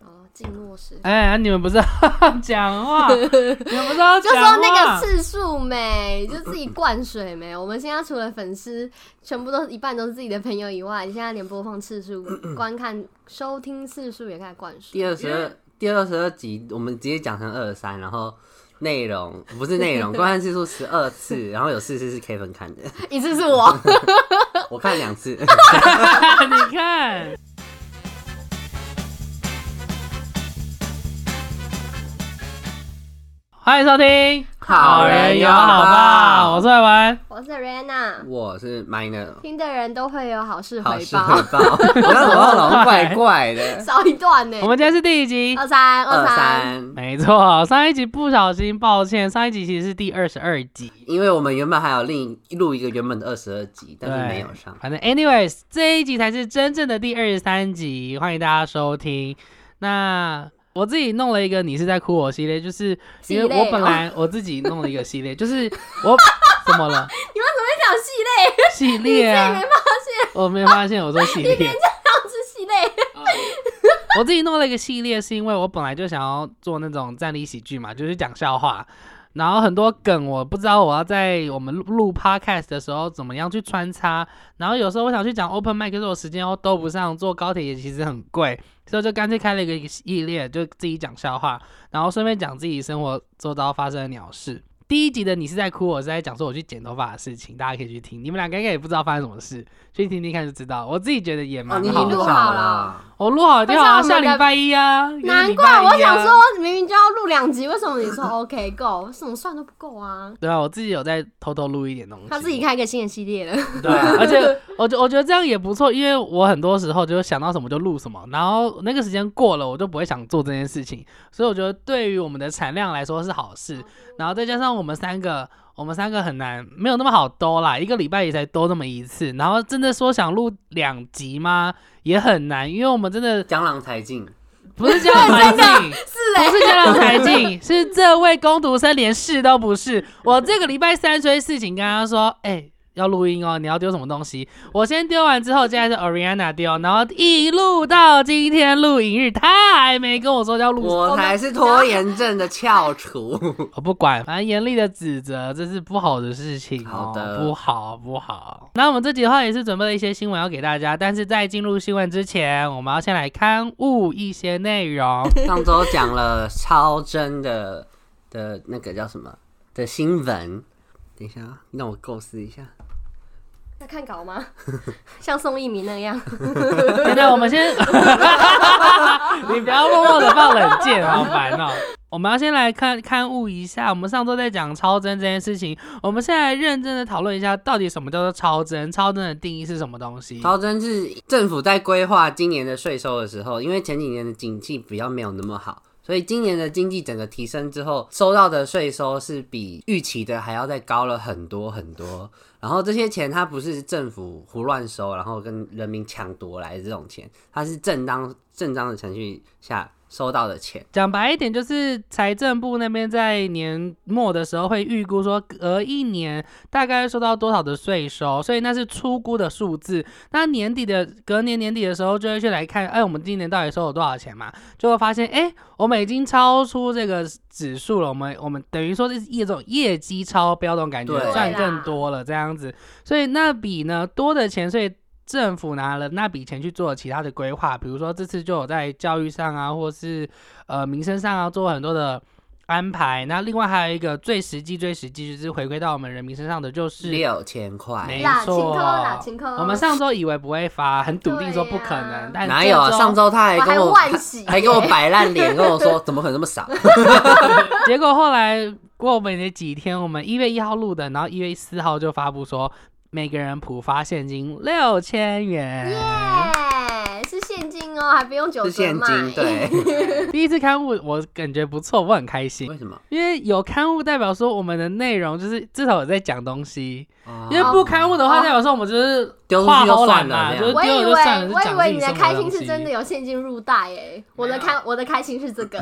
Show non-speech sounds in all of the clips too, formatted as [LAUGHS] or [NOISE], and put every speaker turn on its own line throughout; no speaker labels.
哦，静默时刻。
哎、你们不是要
[LAUGHS]
讲话，你们不是要
就
讲
说
啊话，
那个次数没，就自己灌水没。 [LAUGHS] 我们现在除了粉丝全部都一半都是自己的朋友以外，现在连播放次
[CLEARS THROAT]
数、观看、收听次数也开始灌水。
第二十二第二十二集，我们直接讲成二三，然后内容不是内容，观看次数十二 [LAUGHS] 次，然后有四次是 Kevin 看 [LAUGHS] 的，
一次是我， [LAUGHS]
我看两次。
啊
你看，欢迎收听，
[LAUGHS] 好人有好报
我是伟文。
我是 Rena。
我是 Minor，
听的人都会有好事
[LAUGHS] 好
回
事
报
回，报， [LAUGHS] 我刚我刚老怪怪 [LAUGHS]
[LAUGHS]
的，
少一段呢
我。们今天是第一集，
二三
二
三，
三。
没错，上一集不小心，抱歉，上一集其实是第二十二集。
因为我们原本还有另一录一个原本的二十二集，但是
对
没有上。
反正，anyways，这一集才是真正的第二十三集，欢迎大家收听。那我自己弄了一个“你是在哭我”系列，就是因
系
为
列
我本
哦
[LAUGHS]
来我自己弄了一个系列，就是我 [LAUGHS] 怎么了
你们怎么会讲系列？
系
你
列
自
啊
己没？发
我没发现，我说系列，
现是系列？
[LAUGHS] 我自己弄了一个系列，是因为我本来就想要做那种站立喜剧嘛，就是讲笑话。然后很多梗我不知道我要在我们录录 podcast 的时候怎么样去穿插，然后有时候我想去讲 open mic，可是我时间又兜不上，坐高铁也其实很贵，所以就干脆开了一个系列，就自己讲笑话，然后顺便讲自己生活周遭发生的鸟事。第一集的你是在哭，我是在讲说我去剪头发的事情，大家可以去听。你们两个应该也不知道发生什么事，去听听看就知道。我自己觉得也蛮
哦，
好
你
的。
已经
录
录
好
好
了
了。
我录好掉啊，
但是我
下
们的
礼拜一啊。一个
难
礼
怪
拜一啊
我想说，，明明就要录两集，为什么你说 OK go，怎么算都不够啊？
对啊，我自己有在偷偷录一点东西。
他自 [LAUGHS] 己开一个新的系列了，
对啊，而且我觉我觉得这样也不错，因为我很多时候就想到什么就录什么，然后那个时间过了，我就不会想做这件事情，所以我觉得对于我们的产量来说是好事。
嗯
然后再加上我们三个，我们三个很难没有那么好兜啦，一个礼拜也才兜那么一次，然后真的说想录两集吗？也很难，因为我们真的
江郎才尽，
不是这样
[LAUGHS]
环
真的
境。
是欸
不
嘞。
是江郎才
[LAUGHS]
尽，是这位工读生连事都不是。我这个礼拜三催事情，跟他说，哎、要录音哦，你要丢什么东西？我先丢完之后，接下来是 Oriana 丢，然后一路到今天录影日，他还没跟我说要录。
[LAUGHS] 我才是拖延症的翘楚。
我不管，反正严厉的指责这是不好的事情、哦，
好的
不好不好。那我们这集的话也是准备了一些新闻要给大家，但是在进入新闻之前，我们要先来刊物一些内容。
[LAUGHS] 上周讲了超真的的那个叫什么的新闻，等一下啊，让我构思一下。
在看稿吗？ [LAUGHS] 像宋一鸣那样，
等等，我们先，你不要默默的放冷箭，好烦哦。我们要先来看看物一下，我们上周在讲超真这件事情，我们现在认真的讨论一下，到底什么叫做超真？超真的定义是什么东西？
超真是政府在规划今年的税收的时候，因为前几年的景气比较没有那么好，所以今年的经济整个提升之后，收到的税收是比预期的还要再高了很多很多。然后这些钱它不是政府胡乱收，然后跟人民抢夺来的这种钱，它是正当正当的程序下收到的钱。
讲白一点，就是财政部那边在年末的时候会预估说，隔一年大概收到多少的税收，所以那是初估的数字。那年底的隔年年底的时候，就会去来看，哎，我们今年到底收了多少钱嘛？就会发现，哎，我们已经超出这个指数了，我们我们等于说是一种业绩超标这种感觉
对，
对
赚
啦
更多了这样子。所以那笔呢多的钱，所以政府拿了那笔钱去做其他的规划，比如说这次就有在教育上啊，或是呃民生上啊做很多的安排。那另外还有一个最实际、最实际就是回归到我们人民身上的，就是
六千块，
没
啦，
错
请客啦，请客。
我们上周以为不会发，很笃定说
对
不可
呀
能，但
哪有啊？
这周
上周他还跟我
我还惋惜
[LAUGHS] 还跟我摆烂脸，跟我 [LAUGHS] 说怎么可能那么少？
结果后来过没几天，我们一月一号录的，然后一月四号就发布说每个人普发现金六千元。
耶，是现金哦，还不用九
是
折
现
卖。
金，
[LAUGHS]
对？ [LAUGHS]
第一次刊物我感觉不错，我很开心，
为什么？
因为有刊物代表说我们的内容就是至少有在讲东西，
哦
因为不刊物的话
哦
代表说我们就是
丢出
话
去就
痨懒
算了
嘛，
这
就是
样
我以
丢了
为
就算了，
我
就
以
讲自
为
己
你
生
的
活
开心
东
是
西啊
真的。有现金入袋诶，我的开我的开心是这个，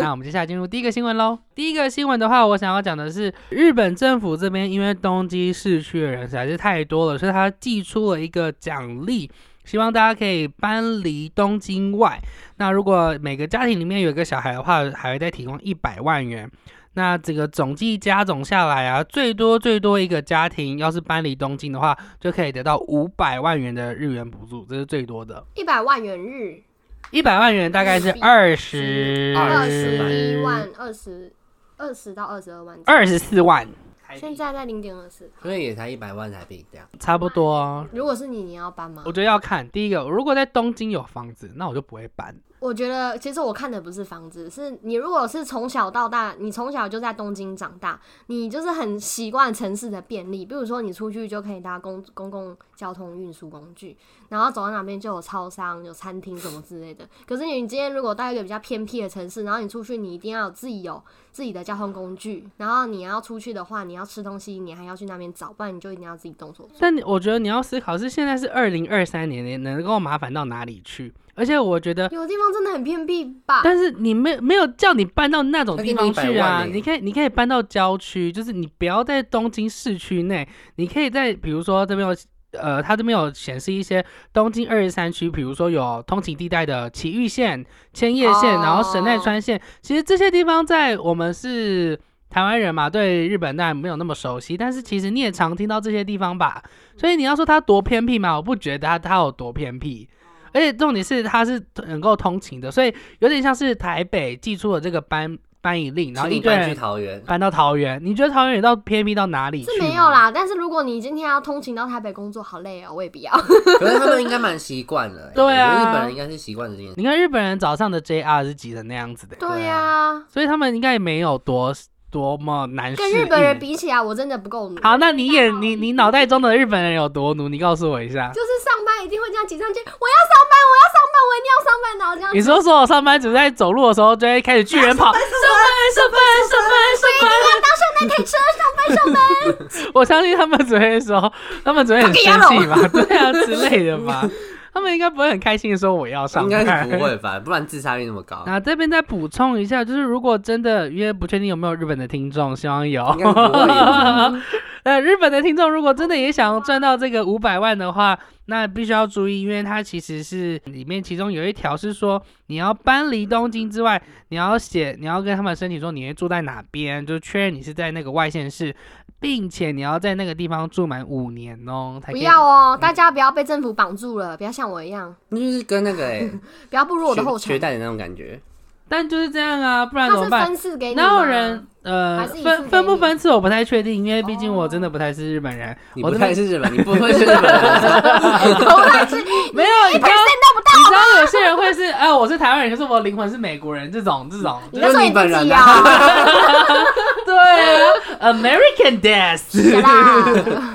那我们接下来进入第一个新闻喽。第一个新闻的话，我想要讲的是，日本政府这边因为东京市区的人实在是太多了，所以他寄出了一个奖励，希望大家可以搬离东京外。那如果每个家庭里面有一个小孩的话，还会再提供一百万元。那这个总计加总下来啊，最多最多一个家庭要是搬离东京的话，就可以得到五百万元的日元补助，这是最多的。
一百万元日，
一百万元大概是二十
二
二
十
十
一万，二十二十到二十二万，
二十四万，
现在在零点二四。
所以也才一百万台币这样。
差不多。
如果是你，你要搬吗
我？觉得要看第一个，如果在东京有房子，那我就不会搬。
我觉得其实我看的不是房子，是你如果是从小到大，你从小就在东京长大，你就是很习惯城市的便利，比如说你出去就可以搭公公共交通运输工具，然后走到哪边就有超商、有餐厅什么之类的。可是你今天如果到一个比较偏僻的城市，然后你出去，你一定要有自己有自己的交通工具，然后你要出去的话，你要吃东西，你还要去那边找，不然你就一定要自己动手做。
但你我觉得你要思考是现在是二零二三年，你能够麻烦到哪里去？而且我觉得，
有的地方真的很偏僻吧？
但是你没没有叫你搬到那种地方
那给
去
你100
啊！
万欸
你可以你可以搬到郊区，就是你不要在东京市区内，你可以在比如说这边有。呃，它这边有显示一些东京二十三区，比如说有通勤地带的埼玉县、千叶县，然后神奈川县。其实这些地方在我们是台湾人嘛，对日本当然没有那么熟悉，但是其实你也常听到这些地方吧。所以你要说它多偏僻嘛，我不觉得它它有多偏僻。而且重点是它是能够通勤的，所以有点像是台北寄出了这个搬搬移令，然后
请
一
你
堆
搬去
人
桃园，
搬到桃园。你觉得桃园有到偏僻到哪里去？
是没有。啦，但是如果你今天要通勤到台北工作，好累哦，我也不要。
可是他们应该蛮习惯
[LAUGHS]
了、欸。
对啊
我觉得日本人应该是习惯这件事。
你看日本人早上的 JR 是挤成那样子的，
[LAUGHS] 对
对
呀、
所以他们应该也没有多多么难适
跟
应。
日本人比起来，我真的不够努。
好，那你也你你脑袋中的日本人有多奴？你告诉我一下。
就是上班一定会这样挤上去，我要上班，我要上班，我一定要上班，然后这样
你
子，
说说我上班族在走路的时候就会开始巨人跑，上班上班上班上班。
我当上班可以吃，上班上
[LAUGHS]
班。
我相信他们只会说，他们只会很生气吧，
[LAUGHS]
对啊之类的吧，他们应该不会很开心的说我要上
应
班。
该是不会吧，不然自杀率那么高，
那这边再补充一下，就是如果真的，因为不确定有没有日本的听众，希望有
应。该是不
[LAUGHS]
会吧。
那日本的听众如果真的也想赚到这个五百万的话，那必须要注意，因为它其实是里面其中有一条是说，你要搬离东京之外，你要写，你要跟他们申请说你会住在哪边，就确认你是在那个外县市，并且你要在那个地方住满五年哦，才
不
可以。
要哦，大家不要被政府绑住了，不要像我一样，
那就是跟那个哎、欸、
不要步入我的后
学学
尘。
贷的那种感觉，
但就是这样啊，不然怎
他是
么办？
分次给你吗，
哪
[LAUGHS]
有人呃
还是一次给
分
你
分不分次我不太确定，因为毕竟我真的不太是日本人，
哦你
我
不
这
太
边
是日本，你不会是日本人，
投来
[LAUGHS]
是
没有你知道你知道有些人会是哎、我是台湾人，可是我灵魂是美国人这种
[LAUGHS]
这种，
你
你
在说
说
你
你
自
本人啊
己啊，
对啊
[LAUGHS]
，American Death。 [LAUGHS]
是啦，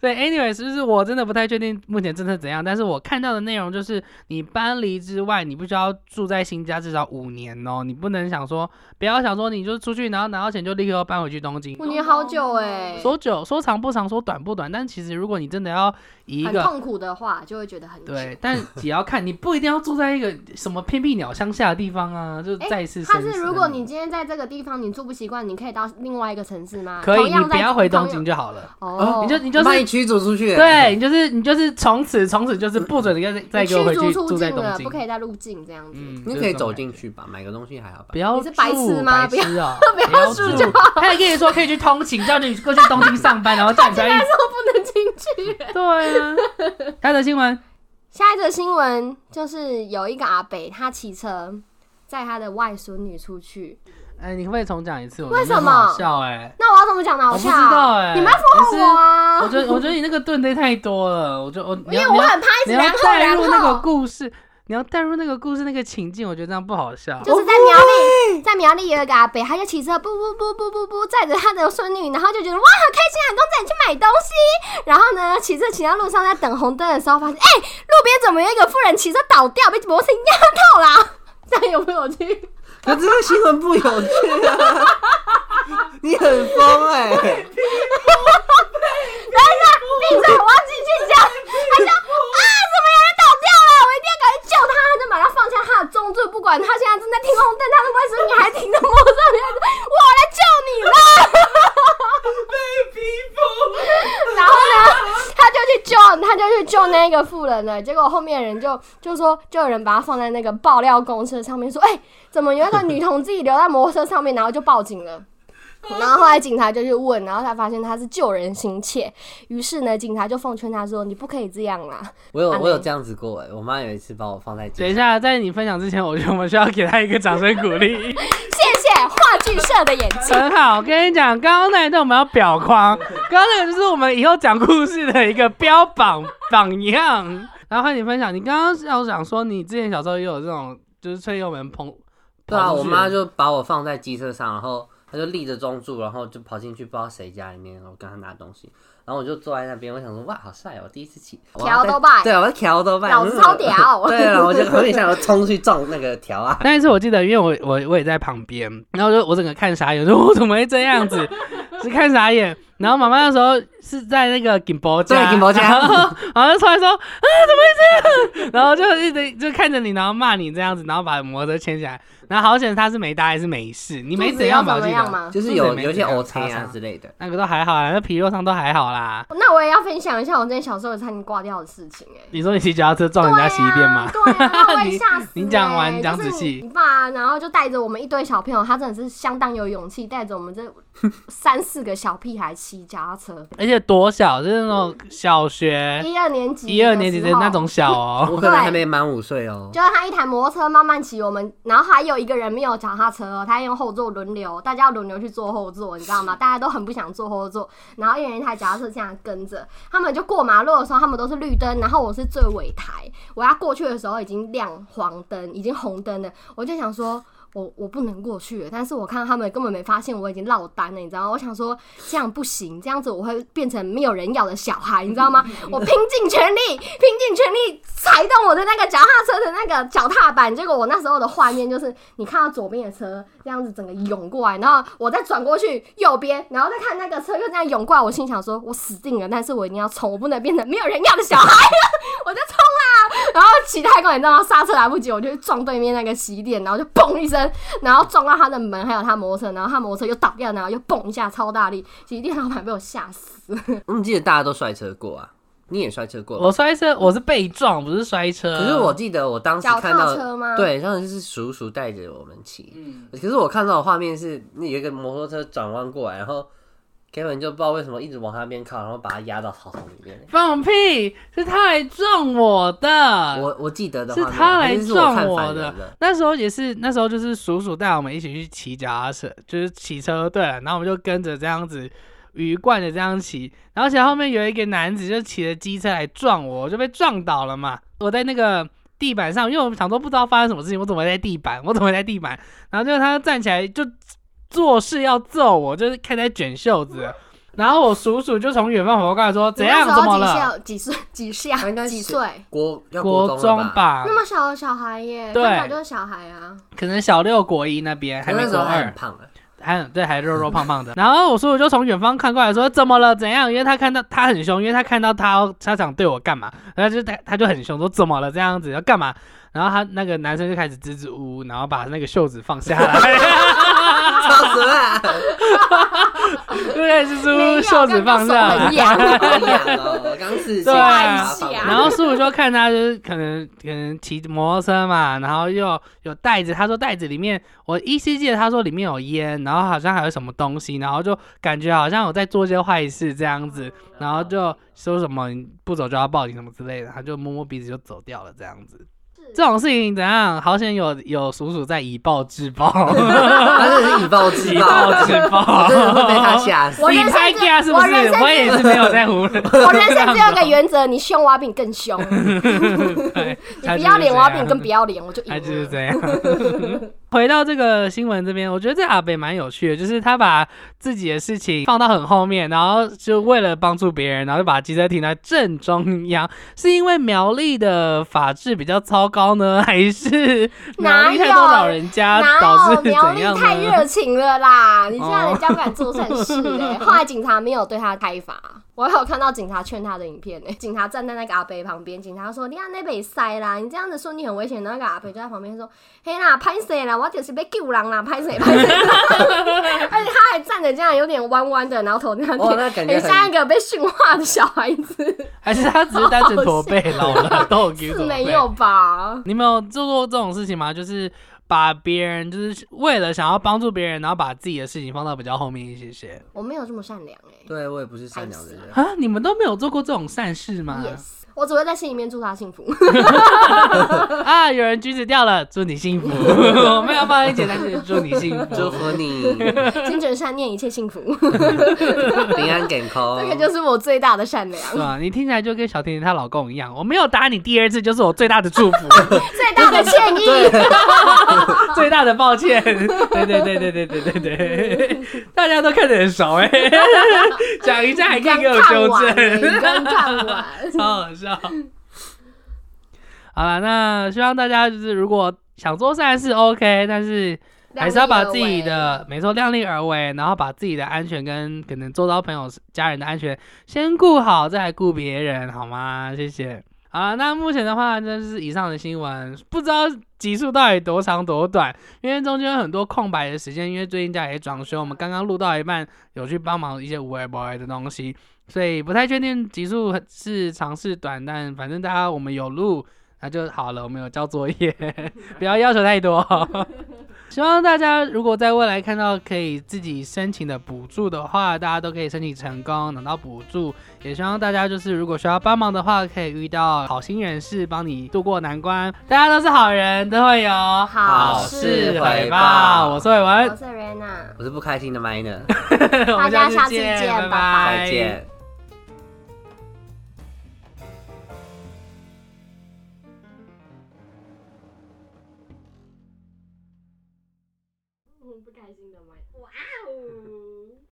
对，anyways，就是我真的不太确定目前政策怎样，但是我看到的内容就是，你搬离之外，你必须要住在新家至少五年哦，你不能想说，不要想说你就出去，然后拿到钱就立刻搬回去东京
五。年好久哎、
说久说长不长，说短不短，但其实如果你真的要以一
很
个
痛苦的话，就会觉得很久。
对，但也要看，你不一定要住在一个什么偏僻鸟乡下的地方
[LAUGHS]
啊，就是
哎
再次
他
深
是
思
如果你今天在这个地方你住不习惯，你可以到另外一个城市吗？
可
同
以，你
样
不
在
要回东
同
京
样
就好了，
哦，
你就 [LAUGHS] 你就
把
是
你驱逐出去、欸。
对啊你就是你就是从此从此就是不准你再再给我回
驱
去
逐
住
出
在
境
东
了，
京，
不可以再入境这样子。
嗯，就
你
是
可以
这种
走
感觉
进。去吧，买个东西还好吧
不。要
你是白痴吗
啊不要
[LAUGHS] 不要住就
好。他还跟你说可以去通勤，叫你过去东京上班，然后叫你不要
[LAUGHS]
一
但是我不能进去。
对啊。 [LAUGHS] 他的新闻，
下一则新闻就是有一个阿北，他骑车载他的外孙女出去，
哎，你可不可以重讲一次？我觉
为
得
什么
很好笑哎，
那我要怎么讲呢？
我
好
不知
笑，
道哎，
你们要
你
附
是
和我啊
我！觉
[LAUGHS]
得我觉得你那个顿的太多了，我就我你
因为
要
我很怕一直
你
然
要你
后
要带
然
入那个
后，
故事，你要带入那个故事那个情境，我觉得这样不好笑。
就是在苗栗，在苗栗有一个阿北，他就骑车，不不不不不不，载着他的孙女，然后就觉得哇，好开心啊，公仔你去买东西。然后呢，骑车骑到路上，在等红灯的时候，发现哎、路边怎么有一个妇人骑车倒掉，被摩托车压到啦？ [LAUGHS] 这样有没有趣？
[LAUGHS] 可这个新闻不有趣啊！ [LAUGHS] 你很疯哎、
等一下，闭嘴！我要继续讲。他说啊，怎么有人倒掉了？我一定要赶快救他！他就把他放下他的中柱，不管他现在正在停红灯，他的外甥女还停在摩托车上，我来救你了。被逼疯。然后呢，他就去救，他就去救那个富人了，结果后面人就就说，就有人把他放在那个爆料公车上面，说，哎、怎么有一个女同志留在摩托车上面，然后就报警了。然后后来警察就去问，然后才发现他是救人心切，于是呢，警察就奉劝他说：“你不可以这样啦。 [LAUGHS]
我有
啊
我有
没
这样子过哎、我妈有一次把我放在警
等一下，在你分享之前，我觉得我们需要给他一个掌声鼓
[LAUGHS]
励。”
谢谢话剧社的演
[LAUGHS]
技。
很好，我跟你讲，刚刚那一段我们要表框，刚刚那个就是我们以后讲故事的一个标榜榜样。然后和你分享，你刚刚是要想说，你之前小时候也有这种，就是吹油门碰。
对啊，
跑出
我
去
妈就把我放在机车上，然后她就立着中柱，然后就跑进去不知道谁家里面，然后跟她拿东西，然后我就坐在那边，我想说哇，好帅哦，第一次骑
条都拜
对，我要条都拜，嗯
老子超屌
对啊，我就很想要冲去撞那个条啊，
那一次我记得，因为我我我也在旁边，然后就我整个看傻眼，说我怎么会这样子，是看傻眼。然后妈妈那时候是在那个锦博家，
对景博家
然后然后就突然说啊怎么会这样，然后就一直就看着你，然后骂你这样子，然后把摩托车牵起来。然后好险他是没搭还是没事，你没
肚
怎
子
样
要 [LAUGHS]
吧？
怎
我
么
记
样
得
吗？
就是
肚子也
有
没
有一些
怎样
O K
擦
啊
伤
之类的。
那个都还好啦，那皮肉伤都还好啦。
那我也要分享一下我之前小时候差点挂掉的事情哎、
你说你骑脚踏车撞人家洗衣店吗？
对啊，
[LAUGHS]
那我也吓死、欸
你你讲完
就是
讲仔细
你爸，然后就带着我们一堆小朋友，他真的是相当有勇气，带着我们这三四个小屁孩骑脚踏
[LAUGHS]
车，
而且多小，就是那种小学
一二年级，
哎一二年级的那。种小哦。
[LAUGHS]
我可能还没满五岁哦。
就是他一台摩托车慢慢骑，我们然后还有一个人没有脚踏车哦，他用后座轮流，大家要轮流去坐后座，你知道吗？大家都很不想坐后座，然后一人一台脚踏车这样跟着，他们就过马路的时候，他们都是绿灯，然后我是最尾台，我要过去的时候已经亮黄灯，已经红灯了，我就想说。我我不能过去了，但是我看到他们根本没发现我已经落单了，你知道吗？我想说这样不行，这样子我会变成没有人要的小孩，你知道吗？我拼尽全力，拼尽全力踩动我的那个脚踏车的那个脚踏板，结果我那时候的画面就是，你看到左边的车这样子整个涌过来，然后我再转过去右边，然后再看那个车又这样涌过来，我心想说，我死定了，但是我一定要冲，我不能变成没有人要的小孩。 [LAUGHS] 我就冲啦、然后骑太快，你知道吗？刹车来不及，我就撞对面那个洗衣店，然后就嘣一声，然后撞到他的门，还有他摩托车，然后他摩托车又倒掉，然后又嘣一下，超大力，洗衣店老板被我吓死。
我嗯们记得大家都摔车过啊，你也摔车过吧。
我摔车，我是被撞，不是摔车。
可是我记得我当时
脚
看到
踏车吗嗯
对，当时是叔叔带着我们骑。可是我看到的画面是，那有一个摩托车转弯过来，然后 Kevin 就不知道为什么一直往他那边靠，然后把他压到草丛里面。
放屁，是他来撞我的，
我我记得的画
啊是
面啊
他来
还是是我
撞
看
我
反人
的
了。。
那时候也是，那时候就是叔叔带我们一起去骑脚踏车，就是骑车队了，然后我们就跟着这样子。鱼贯的这样骑，然后而且后面有一个男子就骑着机车来撞我，我就被撞倒了嘛。我在那个地板上，因为我想说不知道发生什么事情，我怎么会在地板？我怎么会在地板？然后就他站起来就做事要揍我，就是开始在卷袖子。然后我叔叔就从远方跑过来说：“怎样？
你那时
怎么
候
了？
几岁？几岁？几
啊他应该
下？
是
几岁？
国要
国
中
中
了
吧
吧？
那，么小的小孩耶，
对
从小就是小孩啊。
可能小六国一那边，还
他
没
那时
国
候还很
二，
胖啊。
还很对，还肉肉胖胖的。然后我叔叔就从远方看过来说：“怎么了？怎样？”因为他看到他很凶，因为他看到他要他想对我干嘛，然后就他他就很凶，说：“怎么了？这样子要干嘛？”然后他那个男生就开始支支吾吾，然后把那个袖子放
[LAUGHS]
下来。
超死啊！
[LAUGHS] 对，是
没有
叔呃袖子放下
刚刚手
来
很。痒啊
[LAUGHS]
好痒哦，我刚死
对啊然
然
后叔叔就看他就是可能可能骑摩托车嘛，然后又有袋子，他说袋子里面我依稀记得他说里面有烟，然后好像还有什么东西，然后就感觉好像我在做一些坏事这样子，然后就说什么你不走就要报警什么之类的，他就摸摸鼻子就走掉了这样子。这种事情怎样？好险有有叔叔在以暴制暴，
他真的是以暴制
以
暴，
暴制 [LAUGHS] 暴，
真的会被他。吓死。
我
你
人生
太
只
假是不
我
是
人？生
我也是没有在乎。
[LAUGHS] 我人生只有一个原则，你凶我要比你更
[LAUGHS]
凶，你
对，你
不要脸我要比你更不要脸，我就赢
他就是
了。
这样。 [LAUGHS] 回到这个新闻这边，我觉得这阿北蛮有趣的，就是他把自己的事情放到很后面，然后就为了帮助别人，然后就把机车停在正中央， [LAUGHS] 是因为苗栗的法制比较糟糕呢，还是 [LAUGHS] 苗栗太多老人家导
哪有
致
苗
怎
栗
样
太
呢？
热情了啦！你这样
哦
欸 [LAUGHS] 人家不敢做善事哎、后来警察没有对他开罚，我还有看到警察劝他的影片呢、欸警察站在那个阿北旁边，警察说：“你看那北塞啦，你这样子说你很危险。”那个阿北就在旁边说：“嘿啦，拍谁啦？我就是被救人啦，拍谁拍 [LAUGHS] 谁。”而且他还站着这样有点弯弯的，然后头这样
哦，
点，
那感觉
很像一
很
个被驯化的小孩子，
还是他只是单纯驼背老了都有给
是
驼
没
背
有吧？
你们有做过这种事情吗？就是把别人，就是为了想要帮助别人，然后把自己的事情放到比较后面一些些
我没有这么善良哎、
对我也不是善良的人，
啊？你们都没有做过这种善事吗
Yes，我只会在心里面祝他幸福。 [LAUGHS]
啊，有人橘子掉了，祝
[LAUGHS]
你幸福。我们要放在一起，但是祝你幸福。
祝福你
精神善念，一切幸福。
平安健
[LAUGHS]
康。
这个就是我最大的善良，
[LAUGHS] 是吧？你听起来就跟小甜甜她老公一样，我没有打你第二次，就是我最大的祝福， [LAUGHS]
最大的歉意。 [LAUGHS]
最大的抱歉。对对对对对对对对，大家都看得很熟哎、 [LAUGHS] 讲一下还
你
可以
刚
给我
看
纠
完欸，
正。。
你刚看完
超好笑。好了，那希望大家就是如果想做善事 OK，但是还是要把自己的没错量力而为，然后把自己的安全跟可能周遭朋友家人的安全先顾好，再来顾别人，好吗？谢谢。好啦，那目前的话，这就是以上的新闻，不知道集数到底多长多短，因为中间有很多空白的时间，因为最近家里也装修，我们刚刚录到一半，有去帮忙一些无为不为的东西，所以不太确定集数是长是短，但反正大家我们有录，那就好了。我们有交作业，
[LAUGHS]
不要要求太多。希望大家如果在未来看到可以自己申请的补助的话，大家都可以申请成功拿到补助。也希望大家就是如果需要帮忙的话，可以遇到好心人士帮你渡过难关。大家都是好人，都会有
好
事
事
回
回
报
报。我是伟
我
文，
是 Rena，
我是不开心的 Miner，
我
大
们
家下
次
次见
拜
拜拜
再见。
不开心的吗？哇哦！